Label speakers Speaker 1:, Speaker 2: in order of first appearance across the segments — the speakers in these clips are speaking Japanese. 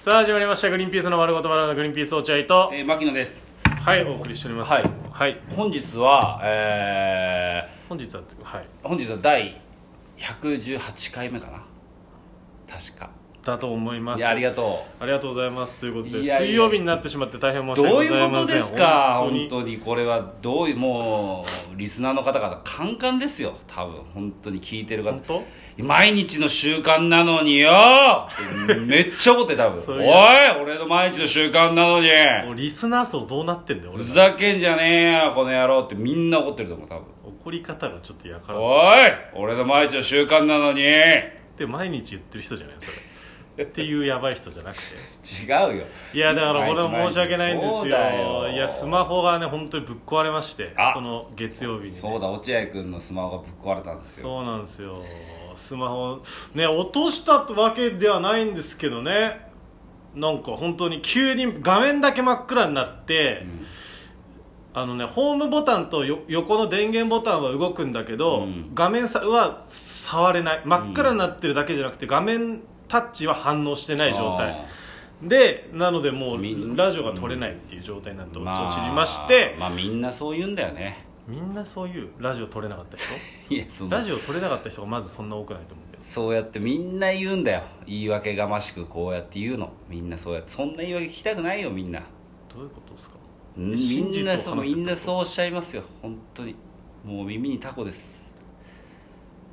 Speaker 1: さあ始まりました「グリーンピースの丸ごとバナナグリーンピース落合」と
Speaker 2: えー、牧野です
Speaker 1: はいお送りしております
Speaker 2: はい
Speaker 1: はい、
Speaker 2: 本日は、え
Speaker 1: 本日ははい
Speaker 2: ー、本日は第118回目かな確か
Speaker 1: だと思いま
Speaker 2: い
Speaker 1: す
Speaker 2: やありがと
Speaker 1: ありがとうございますということで
Speaker 2: いやいや
Speaker 1: 水曜日になってしまって大変申
Speaker 2: う
Speaker 1: し訳
Speaker 2: ど
Speaker 1: ご
Speaker 2: う
Speaker 1: ざ
Speaker 2: い
Speaker 1: いうま
Speaker 2: こ
Speaker 1: せん
Speaker 2: とですか本当
Speaker 1: に
Speaker 2: にこれはどういうもうリスナーの方々カンカンですよ多分本当に聞いてる方
Speaker 1: 本当
Speaker 2: 毎日の習慣なのによってめっちゃ怒って多 分
Speaker 1: そ
Speaker 2: お
Speaker 1: うい
Speaker 2: いう俺の毎日の習慣なのに
Speaker 1: もうリスナー層どうなってんだよ
Speaker 2: ふ
Speaker 1: 俺ら
Speaker 2: ざけんじゃねえよこの野郎ってみんな怒ってると思う多分
Speaker 1: 怒り方がちょっとやからっ
Speaker 2: おい俺の毎日の習慣なのに
Speaker 1: て毎日言ってる人じゃないそれっていうやばい人じゃなくて
Speaker 2: 違うよ
Speaker 1: いやだから俺は申し訳ないんです
Speaker 2: そう
Speaker 1: よ
Speaker 2: だよ
Speaker 1: いやスマホがね本当にぶっ壊れまして
Speaker 2: あ
Speaker 1: その月曜日に、ね、
Speaker 2: そうだ落合君のスマホがぶっ壊れたんですよ
Speaker 1: そうなんですよスマホね落としたわけではないんですけどねなんか本当に急に画面だけ真っ暗になって、
Speaker 2: ん
Speaker 1: あのねホームボタンとよ横の電源ボタンは動くんだけど、
Speaker 2: うん
Speaker 1: 画面さは触れない真っ暗になってるだけじゃなくて、画面タッチは反応してない状態でなのでも
Speaker 2: みん
Speaker 1: うラジオが取れないっていう状態になって
Speaker 2: あー
Speaker 1: 陥りまして、
Speaker 2: まあ、まあみんなそう言うんだよね
Speaker 1: みんなそういうラジオ取れなかった人
Speaker 2: いやその
Speaker 1: ラジオ取れなかった人がまずそんな多くないと思うけど
Speaker 2: そうやってみんな言うんだよ言い訳がましくこうやって言うのみんなそうやってそんな言い訳聞きたくないよみんな
Speaker 1: どういうことですか
Speaker 2: うんみ
Speaker 1: 真
Speaker 2: ん
Speaker 1: 実を
Speaker 2: な
Speaker 1: 話せ
Speaker 2: そ
Speaker 1: っ
Speaker 2: う
Speaker 1: て
Speaker 2: み
Speaker 1: こと
Speaker 2: んなそうおっしゃいますよ本当にもう耳にタコです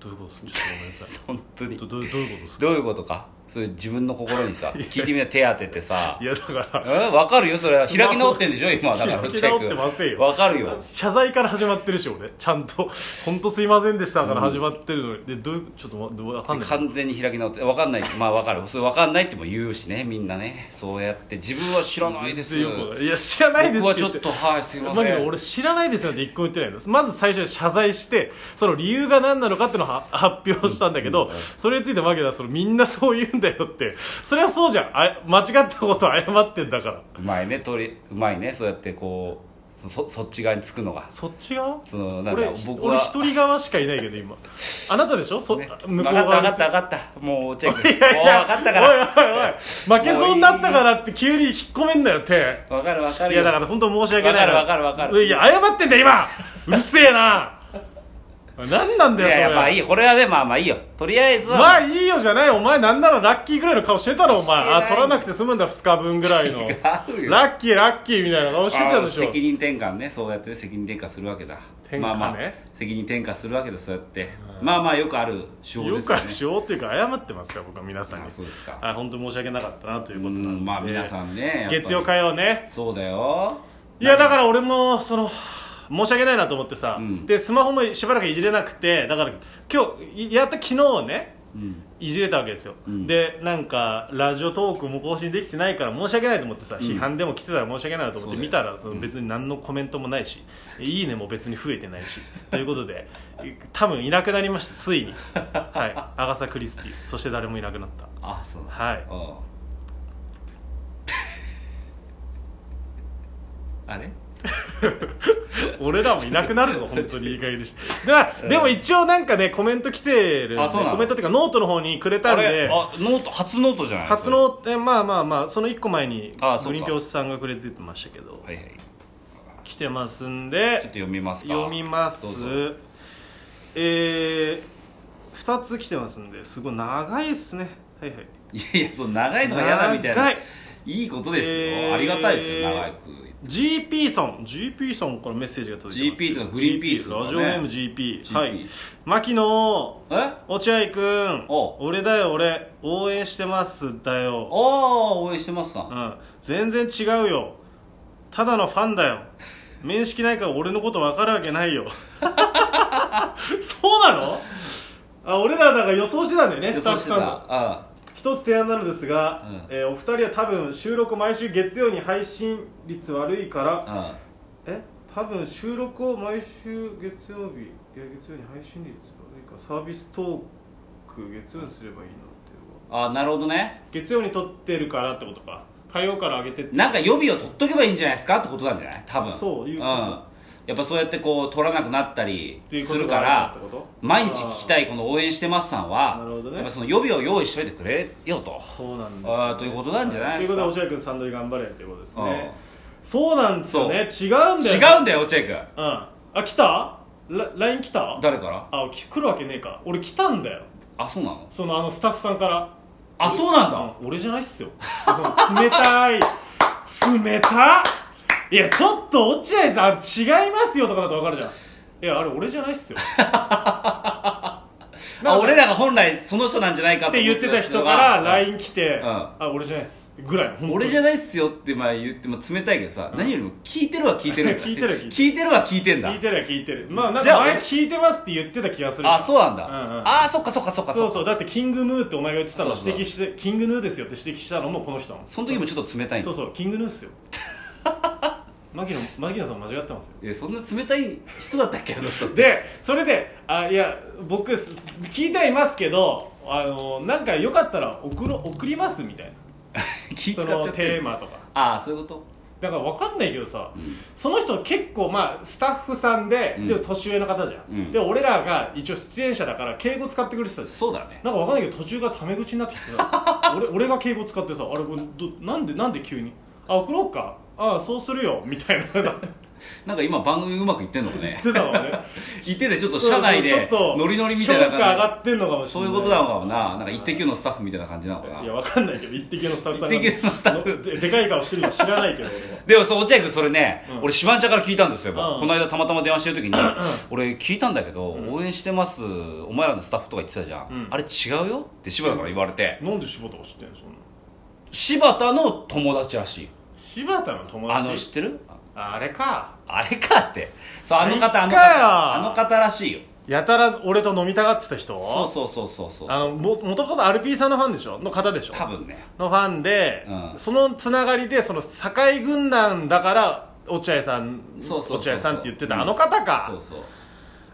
Speaker 1: どういうことですかちょっとごめんなさい
Speaker 2: 本当に
Speaker 1: どどういうどういうことですか
Speaker 2: どういうことかそれ自分の心にさ聞いてみた手当ててさ
Speaker 1: いやだから
Speaker 2: うん、わかるよ、それは。開き直ってんでしょ、今。だから、
Speaker 1: 開き直ってませんよ
Speaker 2: わかるよ。
Speaker 1: 謝罪から始まってるし俺ちゃんと「本当すいませんでした」から始まってるのに、でどういうちょっとわどうわかんない
Speaker 2: 完全に開き直って、わかんない。まあ、わかる。それわかんないっても言うしね、みんなね。そうやって、自分は知らないです。
Speaker 1: 全然よくわかんないいや知らないです
Speaker 2: 僕
Speaker 1: っ
Speaker 2: は
Speaker 1: て
Speaker 2: ちょ
Speaker 1: 言っ
Speaker 2: ってと、はい、すいま
Speaker 1: マ
Speaker 2: せ
Speaker 1: ジで
Speaker 2: ん。
Speaker 1: 俺知らないですなんて一個も言ってないんですまず最初に謝罪してその理由が何なのかっていうのをは発表したんだけど、それについてマギラはそのみんなそう言うんだよってそれはそうじゃんあや間違ったことを謝ってんだから
Speaker 2: うまいね、取り、うまいね、そうやって、こう、そ、そっち側につくのが。
Speaker 1: そっち側
Speaker 2: その、なん
Speaker 1: 俺
Speaker 2: だ、僕は。
Speaker 1: 俺一人側しかいないけど今あなたでしょそ、
Speaker 2: ね、
Speaker 1: 向
Speaker 2: 分
Speaker 1: こう
Speaker 2: かった、
Speaker 1: 側に
Speaker 2: 分かった、分かった。もう、チェック。もう、分
Speaker 1: いや
Speaker 2: かったから。
Speaker 1: おいおいおい負けそうになったからって急に引っ込めんなよ手
Speaker 2: 分かる、分かる
Speaker 1: いや
Speaker 2: よ。
Speaker 1: だから本当申し訳ないな
Speaker 2: わかるわかるわかる
Speaker 1: いや謝ってんだよ今うるせえな何なんだよ
Speaker 2: いやい
Speaker 1: そ
Speaker 2: や、
Speaker 1: れ
Speaker 2: まあいいよ。これはね、まあまあいいよ。とりあえずは、
Speaker 1: まあいいよじゃないお前なんならラッキーぐらいの顔してたろお
Speaker 2: してな
Speaker 1: 前
Speaker 2: い
Speaker 1: あ取らなくて済むんだ2日分ぐらいの
Speaker 2: 違うよ
Speaker 1: ラッキーラッキーみたいな顔してたでしょ
Speaker 2: あ責任転換ねそうやってね責任転嫁するわけだ
Speaker 1: 転嫁ね
Speaker 2: まあまあ責任転嫁するわけだそうやって、まあまあよくある手法
Speaker 1: よ
Speaker 2: ですよね
Speaker 1: くしようっていうか謝ってますから僕は皆さんに
Speaker 2: あそうですか
Speaker 1: はい本当申し訳なかったなという
Speaker 2: う
Speaker 1: ことなんで
Speaker 2: んまあ皆さんねやっぱり
Speaker 1: 月曜火曜ね
Speaker 2: そうだよ
Speaker 1: いやだから俺もその 申し訳ないなと思ってさ、
Speaker 2: うん
Speaker 1: でスマホもしばらくいじれなくてだから今日いやっと昨日ね
Speaker 2: うん
Speaker 1: いじれたわけですよ、
Speaker 2: うん
Speaker 1: でなんかラジオトークも更新できてないから申し訳ないと思ってさ、批判でも来てたら申し訳ないなと思って
Speaker 2: そうだよ
Speaker 1: 見たらその別に何のコメントもないし、いいねも別に増えてないしということで多分いなくなりましたつい にはいアガサ・クリスティそして誰もいなくなった
Speaker 2: あそう だ
Speaker 1: はい
Speaker 2: あああれ
Speaker 1: 俺らもいなくな るぞ本当にいい加減でしただからでも一応なんかねコメント来てるんで
Speaker 2: あそうなの
Speaker 1: コメントっていうかノートの方にくれた
Speaker 2: あ
Speaker 1: ん
Speaker 2: れ
Speaker 1: で
Speaker 2: あノート初ノートじゃない
Speaker 1: 初のってまあまあまあその1個前に
Speaker 2: あそ
Speaker 1: グ
Speaker 2: うか
Speaker 1: リーンピョスさんがくれてましたけど
Speaker 2: はいはいち
Speaker 1: 来てますん
Speaker 2: ょっと
Speaker 1: で
Speaker 2: 読みますか
Speaker 1: 読みます
Speaker 2: どうぞ
Speaker 1: えー、2つ来てますんですごい長いですねはいはい
Speaker 2: いやいやそう長いのが嫌だみたいな
Speaker 1: 長い
Speaker 2: いいことですよ、
Speaker 1: えー
Speaker 2: ありがたいですよ長く
Speaker 1: GP さん GP さんからメッセージが届いてます
Speaker 2: GP とかグリーンピースとかね
Speaker 1: ラジオネーム GP,
Speaker 2: GP
Speaker 1: はい牧野
Speaker 2: え
Speaker 1: 落合君
Speaker 2: お
Speaker 1: 俺だよ俺応援してますだ
Speaker 2: あ
Speaker 1: よ、
Speaker 2: あ応援してますさ
Speaker 1: うんん、全然違うよただのファンだよ面識ないから俺のこと分かるわけないよ そうなのあ俺らだから予想してたんだよねスタッフさんの
Speaker 2: あ
Speaker 1: 一つ提案なのですが、
Speaker 2: うん
Speaker 1: えーお二人は多分収録毎週月曜に配信率悪いから、
Speaker 2: あ
Speaker 1: え多分収録を毎週月曜日いや月曜に配信率悪いからサービストーク月曜にすればいいなっていうのは
Speaker 2: あなるほどね
Speaker 1: 月曜に撮ってるからってことか火曜から上げてって
Speaker 2: なんか予備を取っとけばいいんじゃないですかってことなんじゃない多分
Speaker 1: そういうこと
Speaker 2: ん、やっぱそうやってこう取らなくなったり
Speaker 1: っていうこ
Speaker 2: す
Speaker 1: と
Speaker 2: る
Speaker 1: が
Speaker 2: か
Speaker 1: あ
Speaker 2: ら
Speaker 1: るってこと
Speaker 2: 毎日聞きたいこの応援してますさん
Speaker 1: な
Speaker 2: は
Speaker 1: るほどね
Speaker 2: やっぱその予備を用意しといてくれよと
Speaker 1: そうなんですよ
Speaker 2: あーということなんじゃないですか
Speaker 1: ということで落合君サンドリ頑張れということですね
Speaker 2: う
Speaker 1: そうなんですよね違うんだよね
Speaker 2: 違うんだよ落合
Speaker 1: う
Speaker 2: 君
Speaker 1: んあ来たラ LINE 来た
Speaker 2: 誰から
Speaker 1: あき来るわけねえか俺来たんだよ
Speaker 2: あそうなの
Speaker 1: そのあのスタッフさんから
Speaker 2: あそうなんだ
Speaker 1: うん俺じゃないっすよその冷たい冷たいやちょっと落合さんあれ違いますよとかだと分かるじゃんいやあれ俺じゃないっすよなん
Speaker 2: あ
Speaker 1: か
Speaker 2: 俺らが本来その人なんじゃないか
Speaker 1: っ
Speaker 2: と
Speaker 1: て
Speaker 2: 思
Speaker 1: 言ってた人から LINE 来て「
Speaker 2: うん
Speaker 1: あ俺じゃないっす」ぐらいの
Speaker 2: 俺じゃ
Speaker 1: ない
Speaker 2: ないっすよってまあ言っても冷たいけどさ、何よりも聞いてるは聞いてる
Speaker 1: 聞いてるは聞いてる
Speaker 2: 聞いてるは聞いてんだ
Speaker 1: 聞いてるは聞いてるまあなん
Speaker 2: じゃ
Speaker 1: か
Speaker 2: あ
Speaker 1: 前
Speaker 2: 俺
Speaker 1: 聞いてますって言ってた気がする
Speaker 2: あそうなんだ、
Speaker 1: うんうん
Speaker 2: あそっかそっかそっか
Speaker 1: そう
Speaker 2: っか
Speaker 1: そうだってキングヌーってお前が言ってたの
Speaker 2: そうそう
Speaker 1: 指摘してキングヌーですよって指摘したのもこの人なの
Speaker 2: その時もちょっと冷たいんだ
Speaker 1: そうそうキングヌーっす よ牧野牧野さん間違ってますよ
Speaker 2: いやそんな冷たい人だったっけあの人って
Speaker 1: でそれで「あいや僕す聞いてはいますけどあのなんかよかったら送ろ送ります」みたいな
Speaker 2: 気
Speaker 1: そ
Speaker 2: 使っちゃ
Speaker 1: の
Speaker 2: って
Speaker 1: テーマとか
Speaker 2: ああそういうこと
Speaker 1: だから分かんないけどさ、その人結構まあスタッフさんで、
Speaker 2: うん
Speaker 1: でも年上の方じゃん、
Speaker 2: うん
Speaker 1: で俺らが一応出演者だから敬語使ってくれてたし
Speaker 2: そうだね
Speaker 1: なんか分かんないけど途中からタメ口になってきて さ俺俺が敬語使ってさあれこれどなんでなんで急にあ送ろうかあそうするよみたいなだって
Speaker 2: なんか今番組うまくいってんの かね
Speaker 1: 言ってたもんね
Speaker 2: 言ってねちょっと社
Speaker 1: そうそ
Speaker 2: 内
Speaker 1: う
Speaker 2: で
Speaker 1: ちょっと
Speaker 2: ノリノリみたいな
Speaker 1: 評価上
Speaker 2: 感じ
Speaker 1: がってんのかもしれ
Speaker 2: そう
Speaker 1: ない
Speaker 2: いうことなのかもななんか「イッテ Q!」のスタッフみたいな感じなのか
Speaker 1: いや
Speaker 2: な
Speaker 1: 分かんないけど一滴のスタッフさんが
Speaker 2: 一滴のスタッフ
Speaker 1: ででかい顔してるの知らないけど俺は
Speaker 2: でもそう落合君それね、
Speaker 1: うん
Speaker 2: 俺シバンちゃんから聞いたんですよ、
Speaker 1: うん
Speaker 2: この間たまたま電話してる時に、俺聞いたんだけど、応援してますお前らのスタッフとか言ってたじゃん、
Speaker 1: うん
Speaker 2: あれ違うよって柴田から言われて、
Speaker 1: なんで柴田が知ってんのそんな
Speaker 2: 柴田の友達らしい
Speaker 1: 柴田の友
Speaker 2: あ
Speaker 1: 達
Speaker 2: の知ってる
Speaker 1: ああれか
Speaker 2: あれかってそうあの
Speaker 1: あいつかよ
Speaker 2: 方あの方あの方らしいよ
Speaker 1: やたら俺と飲みたがってた人
Speaker 2: そうそうそうそうそう
Speaker 1: あのももともと RP さんのファンでしょの方でしょ
Speaker 2: 多分ね
Speaker 1: のファンで、
Speaker 2: うん
Speaker 1: そのつながりでその堺軍団だから落合さん
Speaker 2: そうそうそう
Speaker 1: 落合さんって言ってた、
Speaker 2: うん
Speaker 1: あの方か
Speaker 2: そうそう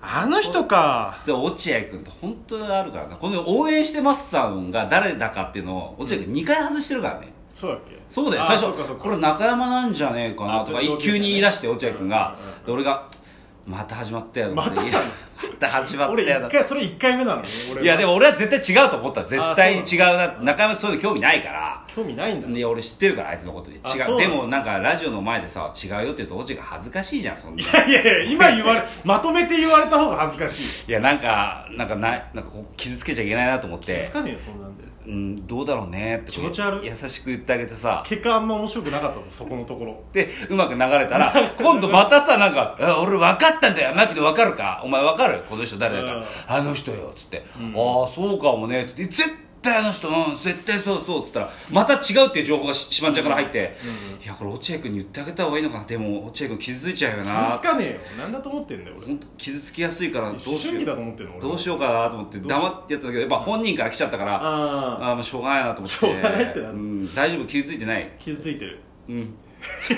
Speaker 1: あの人か
Speaker 2: で落合君って本当にあるからなこの応援してますさんが誰だかっていうのを落合君2回外してるからね、
Speaker 1: そうだっけ
Speaker 2: そうだよ
Speaker 1: あ
Speaker 2: 最
Speaker 1: そ
Speaker 2: 初
Speaker 1: っかそっか
Speaker 2: これ中山なんじゃねえかなとか
Speaker 1: あ同級生ね
Speaker 2: 急に言い出して落合君が
Speaker 1: うんうんうん
Speaker 2: で俺が「また始まったよ」
Speaker 1: また
Speaker 2: いやまた始まった
Speaker 1: 俺
Speaker 2: よ
Speaker 1: 一回それ1回目なのね俺
Speaker 2: いやで
Speaker 1: も
Speaker 2: も俺は絶対違うと思った絶対
Speaker 1: あそ
Speaker 2: 違うな中山そういうの興味ないから
Speaker 1: 興味ないんだ
Speaker 2: いや俺知ってるからあいつのことで違
Speaker 1: あそうなの
Speaker 2: うでもなんかラジオの前でさ違うよって言うと落合君恥ずかしいじゃんそんない
Speaker 1: いやいや今言わ れまとめて言われた方が恥ずかしい
Speaker 2: やなんかなんかないなんかこう傷つけちゃいけないなと思っ
Speaker 1: 気
Speaker 2: て
Speaker 1: づかねえよそんなんで
Speaker 2: うんどうだろうねってこう
Speaker 1: 気持ち悪い
Speaker 2: 優しく言ってあげてさ
Speaker 1: 結果あんま面白くなかったぞそこのところ
Speaker 2: でうまく流れ たら今度またさなんかあ「俺分かったんだよ牧野分かるかお前分かるこの人誰だ
Speaker 1: うん
Speaker 2: かあの人よ」っつって「ああそうかもね」っつって「絶対あの人うん絶対そうそう」っつったらまた違うっていう情報がししばんちゃんから入って「いやこれ落合君に言ってあげた方がいいのかなでも落合君傷ついちゃうよ
Speaker 1: 傷
Speaker 2: な
Speaker 1: つ」かねえよなんだと思ってんだよ俺
Speaker 2: 本当傷つきやすいからどう
Speaker 1: 思
Speaker 2: しよ
Speaker 1: 春期だ
Speaker 2: う
Speaker 1: と思ってんの俺
Speaker 2: どうしようかなと思って黙ってやったんだけどやっぱ本人から来ちゃったからあ
Speaker 1: ああ
Speaker 2: あーもうしょうがないなと思って
Speaker 1: しょうがないってなる
Speaker 2: うん、大丈夫傷ついてない
Speaker 1: 傷ついてる
Speaker 2: うん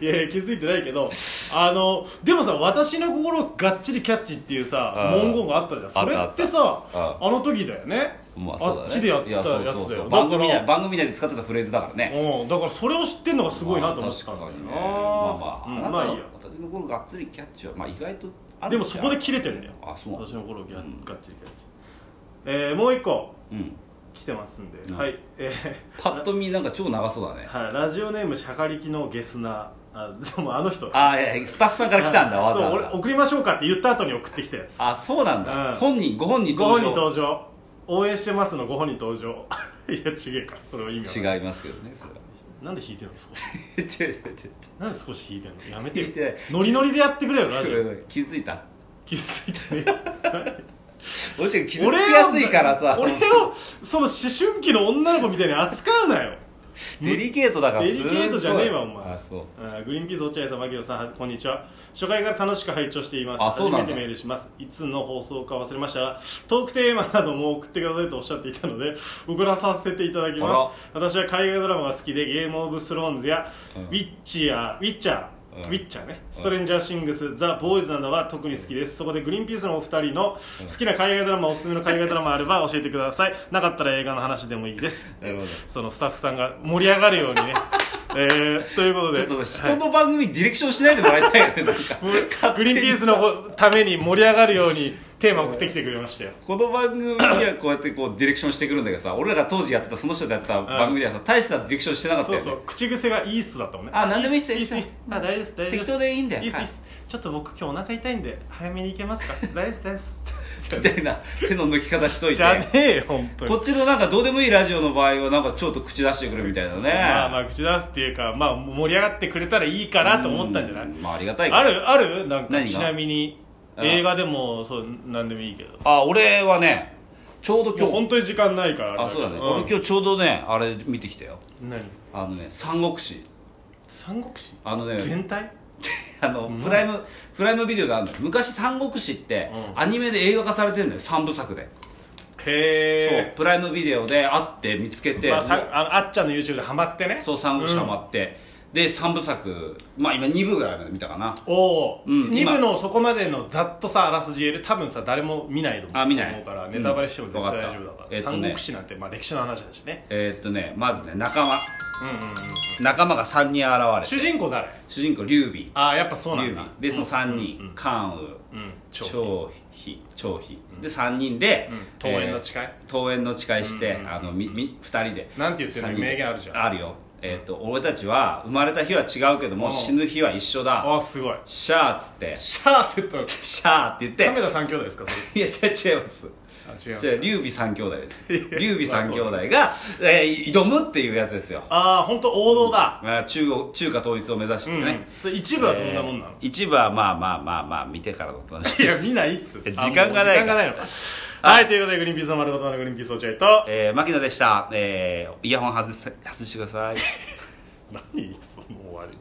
Speaker 1: いやいや気づいてないけどあのでもさ「私の心をがっちりキャッチ」っていうさ
Speaker 2: あー
Speaker 1: 文言があったじゃんそれっ
Speaker 2: あった
Speaker 1: てさ
Speaker 2: あ
Speaker 1: あ
Speaker 2: った
Speaker 1: の時だよね,、
Speaker 2: まあそうだね
Speaker 1: っちでやってたやつだよ
Speaker 2: いそうそうそう
Speaker 1: だから
Speaker 2: 番組内番組内で使ってたフレーズだからね
Speaker 1: うん、だからそれを知ってんのがすごいなと思ってたんだ
Speaker 2: まあ
Speaker 1: よ
Speaker 2: 確かに
Speaker 1: な
Speaker 2: ねまあ
Speaker 1: うん
Speaker 2: まああ
Speaker 1: まあ
Speaker 2: なた
Speaker 1: い
Speaker 2: はい
Speaker 1: や
Speaker 2: 私の頃がっつりキャッチはまあ意外とある
Speaker 1: でもそこで切れてるんだよ
Speaker 2: あそうなの
Speaker 1: 私の頃が,、
Speaker 2: うん
Speaker 1: がっちりキャッチ、えー、もう一個
Speaker 2: うん
Speaker 1: 来てますんで、
Speaker 2: うん
Speaker 1: はいえ
Speaker 2: パッと見なんか超長そうだね
Speaker 1: ー、 はいラジオネームシャカリキのゲスナーあでもあの人か
Speaker 2: ああいやいやスタッフさんから来たんだわざ
Speaker 1: そう
Speaker 2: わ
Speaker 1: 俺
Speaker 2: ざ
Speaker 1: 送りましょうかって言った後に送ってきたやつ
Speaker 2: あそうなん
Speaker 1: う
Speaker 2: だ
Speaker 1: ん
Speaker 2: 本人ご本人
Speaker 1: ご本人
Speaker 2: 登
Speaker 1: 登場応援してますのご本人登場 いや違えかそれは意味わかんない
Speaker 2: 場違いますけどねそれは
Speaker 1: なんで弾いてんの少し
Speaker 2: 違う違う違う違う
Speaker 1: なんで少し弾いてんのやめてよ
Speaker 2: 弾いてない
Speaker 1: ノリノリでやってくれよラ ジオ
Speaker 2: 気づいた
Speaker 1: 気づいてね
Speaker 2: 落合君傷つきやすいからさ
Speaker 1: 俺を俺をその思春期の女の子みたいに扱うなよ
Speaker 2: デリケートだから
Speaker 1: デリケートじゃねえわお前
Speaker 2: あそう
Speaker 1: あーグリーンピース落合さん、牧野さん、はこんにちは。初回から楽しく拝聴しています。
Speaker 2: あそうなんだ
Speaker 1: 初めてメールします。いつの放送か忘れましたが、トークテーマなども送ってくださいとおっしゃっていたので、送らさせていただきます。私は海外ドラマが好きで、ゲームオブスローンズや、
Speaker 2: うん
Speaker 1: ウィッチや、ウィッチャー、
Speaker 2: うん
Speaker 1: ウィッチャーね、ストレンジャーシングス、ザ・ボーイズなどが特に好きです。そこでグリーンピースのお二人の好きな海外ドラマ、おすすめの海外ドラマあれば教えてく ださい。なかったら映画の話でもいいです。
Speaker 2: なるほど
Speaker 1: そのスタッフさんが盛り上がるようにねえー、ということ
Speaker 2: ちょ
Speaker 1: で
Speaker 2: っとさ人の番組ディレクションしないでもらいたいよねなん か
Speaker 1: グリーン
Speaker 2: 勝手にさ
Speaker 1: ピースのほために盛り上がるようにテーマ送ってきてくれましたよ
Speaker 2: この番組にはこうやってこうディレクションしてくるんだけどさ俺らが当時やってたその人でやってた番組ではさ大したディレクションしてなかった
Speaker 1: そ
Speaker 2: よ
Speaker 1: う
Speaker 2: ね
Speaker 1: そう口癖がいいっすだったもんね
Speaker 2: あ何でもいいっす
Speaker 1: いいっす
Speaker 2: い
Speaker 1: い
Speaker 2: い
Speaker 1: い
Speaker 2: っ
Speaker 1: っ
Speaker 2: す
Speaker 1: すあ大丈夫です大丈夫
Speaker 2: 適当でいいんだよ
Speaker 1: いいっす
Speaker 2: はい
Speaker 1: いっすちょっと僕今日お腹痛いんで早めに行け ますか大丈夫です
Speaker 2: みたいな手の抜き方しとい
Speaker 1: じゃね
Speaker 2: て
Speaker 1: えよ本当に
Speaker 2: こっちのなんかどうでもいいラジオの場合はなんかちょっと口出してくるみたいなね
Speaker 1: まあまあ口出すっていうかまあ盛り上がってくれたらいいかなと思ったんじゃない
Speaker 2: まあありがたいけど
Speaker 1: あるあるなん
Speaker 2: 何
Speaker 1: かち
Speaker 2: が
Speaker 1: なみに
Speaker 2: うん
Speaker 1: 映画でもそうなんでもいいけど
Speaker 2: あ俺はねちょうど
Speaker 1: 今
Speaker 2: 今
Speaker 1: 日
Speaker 2: 日
Speaker 1: 本当に時間ないかられ
Speaker 2: あそうだね、
Speaker 1: ん
Speaker 2: 俺今日ちょうどねあれ見てきたよ
Speaker 1: 何
Speaker 2: あのね三国志
Speaker 1: 三国志
Speaker 2: あのね
Speaker 1: 全体
Speaker 2: あのプライムプライムビデオであるんだよ昔三国志って
Speaker 1: うん
Speaker 2: アニメで映画化されてるんだよ三部作で、そう
Speaker 1: へ
Speaker 2: プライムビデオであって見つけて、
Speaker 1: えまあさあのあっちゃんの YouTube でハマってね
Speaker 2: そう三国志ハマって、で三部作まあ今二部ぐらいまで見たかな
Speaker 1: おお、
Speaker 2: うん
Speaker 1: 2
Speaker 2: 今
Speaker 1: 部のそこまでのざっとさあらすじ言える多分さ誰も見ないと思う
Speaker 2: あ見ない
Speaker 1: 思うからネタバレしても絶対
Speaker 2: うんわか
Speaker 1: 大
Speaker 2: った
Speaker 1: 丈夫だから、
Speaker 2: えっとね
Speaker 1: 三国志なんて、まあ、歴史の話だしね、
Speaker 2: えーっとねまずね仲間
Speaker 1: うんうんうん、
Speaker 2: 仲間が三人現れて
Speaker 1: 主人公誰
Speaker 2: 主人公劉備劉
Speaker 1: ああやっぱそうなんだ
Speaker 2: 備でその三
Speaker 1: う
Speaker 2: 人、
Speaker 1: んうんうん
Speaker 2: 関羽
Speaker 1: うん超
Speaker 2: 張飛張飛で三人で、
Speaker 1: うん桃園の誓い
Speaker 2: えー桃園の誓いして、
Speaker 1: うんうんうん
Speaker 2: あのみみ二人で
Speaker 1: なんて言ってんの
Speaker 2: 三人で
Speaker 1: 名言あるじゃん
Speaker 2: あるよえっ、と俺たちは生まれた日は違うけども
Speaker 1: うん
Speaker 2: 死ぬ日は一緒だ
Speaker 1: ああすごい
Speaker 2: シャーっつって
Speaker 1: シャーって言ったの
Speaker 2: シャーって言って
Speaker 1: 亀田三兄弟ですかそれ
Speaker 2: いや違う違います
Speaker 1: あ違います
Speaker 2: じゃあ劉備三兄 弟です
Speaker 1: や
Speaker 2: 劉備三兄弟が、えー挑むっていうやつですよ、
Speaker 1: ああ本当王道だ、
Speaker 2: まあ、中国中華統一を目指して
Speaker 1: う
Speaker 2: ね、
Speaker 1: んそれ一部はどんなもんなの
Speaker 2: え、ー一部はまあまあまあまあ見てからだったんです
Speaker 1: いや見ないっつう
Speaker 2: え
Speaker 1: あ
Speaker 2: 時間がない
Speaker 1: もう時間がないのかはいということでグリーンピースの丸ごとのグリーンピース落合と
Speaker 2: えー、牧野でした、えー、イヤホン外せ外してください
Speaker 1: 何その終わり